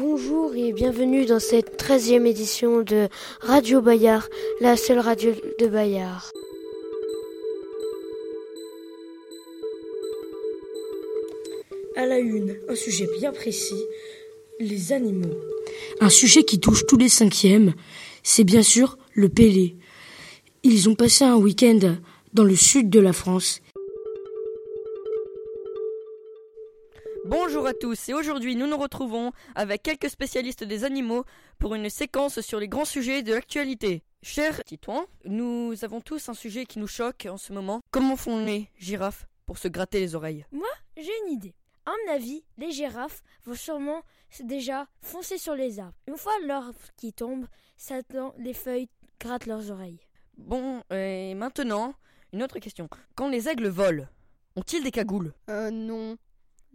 Bonjour et bienvenue dans cette 13e édition de Radio Bayard, la seule radio de Bayard. À la une, un sujet bien précis, les animaux. Un sujet qui touche tous les cinquièmes, c'est bien sûr le Pélé. Ils ont passé un week-end dans le sud de la France. Bonjour à tous et aujourd'hui nous nous retrouvons avec quelques spécialistes des animaux pour une séquence sur les grands sujets de l'actualité. Cher Titouan, nous avons tous un sujet qui nous choque en ce moment. Comment font les girafes pour se gratter les oreilles J'ai une idée. À mon avis, les girafes vont sûrement s- déjà foncer sur les arbres. Une fois l'or qui tombe, Satan, les feuilles grattent leurs oreilles. Bon, et maintenant, une autre question. Quand les aigles volent, ont-ils des cagoules Euh, non.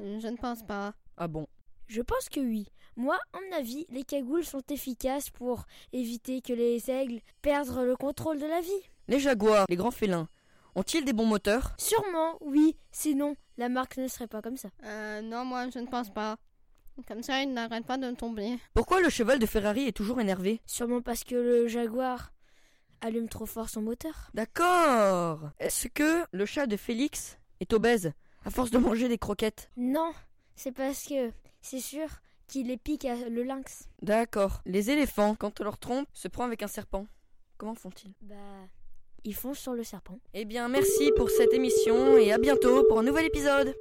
Euh, Je ne pense pas. Ah bon Je pense que oui. Moi, à mon avis, les cagoules sont efficaces pour éviter que les aigles perdent le contrôle de la vie. Les jaguars, les grands félins, ont-ils des bons moteurs Sûrement, oui. Sinon, la marque ne serait pas comme ça. Euh, non, moi, je ne pense pas. Comme ça, il n'arrête pas de tomber. Pourquoi le cheval de Ferrari est toujours énervé Sûrement parce que le jaguar allume trop fort son moteur. D'accord Est-ce que le chat de Félix est obèse à force de manger des croquettes Non, c'est parce que c'est sûr qu'il les pique à le lynx. D'accord. Les éléphants, quand on leur trompe, se prend avec un serpent. Comment font-ils Bah, ils foncent sur le serpent. Eh bien, merci pour cette émission et à bientôt pour un nouvel épisode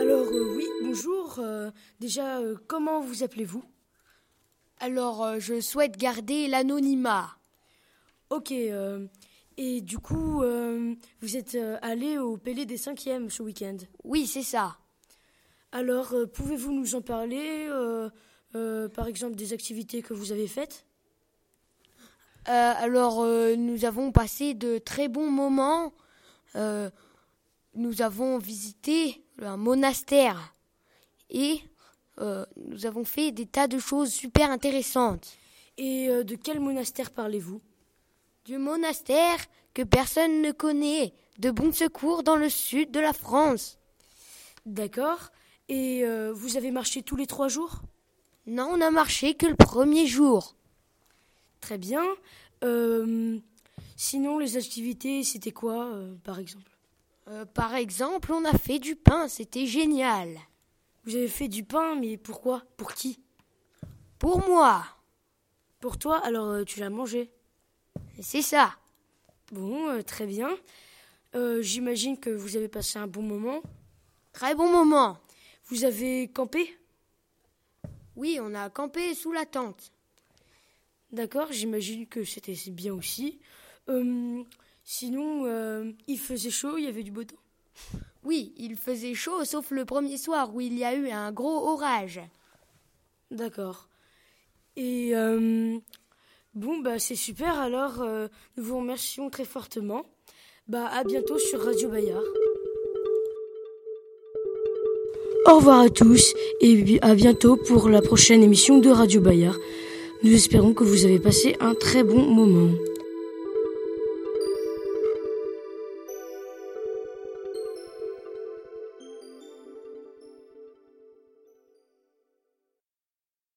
Alors euh, oui, bonjour. euh, déjà, euh, comment vous appelez-vous Alors, euh, je souhaite garder l'anonymat. Ok. euh, et du coup, euh, vous êtes euh, allé au Pélé des cinquièmes ce week-end. Oui, c'est ça. Alors, euh, pouvez-vous nous en parler euh, euh, Par exemple, des activités que vous avez faites Euh, alors, euh, nous avons passé de très bons moments. Euh, nous avons visité un monastère et euh, nous avons fait des tas de choses super intéressantes. Et euh, de quel monastère parlez-vous Du monastère que personne ne connaît, de Bon Secours dans le sud de la France. D'accord. Et euh, vous avez marché tous les trois jours Non, on n'a marché que le premier jour. Très bien. Euh, sinon, les activités, c'était quoi, euh, par exemple Euh, par exemple, on a fait du pain, c'était génial. Vous avez fait du pain, mais pourquoi Pour qui Pour moi, Pour toi, alors euh, tu l'as mangé. c'est ça. Bon, euh, très bien. Euh, J'imagine que vous avez passé un bon moment. Très bon moment. Vous avez campé Oui, on a campé sous la tente. D'accord, j'imagine que c'était bien aussi. Euh, sinon, euh, il faisait chaud, il y avait du beau temps. Oui, il faisait chaud sauf le premier soir où il y a eu un gros orage. D'accord. Et euh, bon, bah c'est super. Alors, euh, nous vous remercions très fortement. Bah à bientôt sur Radio Bayard. Au revoir à tous et bi- à bientôt pour la prochaine émission de Radio Bayard. Nous espérons que vous avez passé un très bon moment.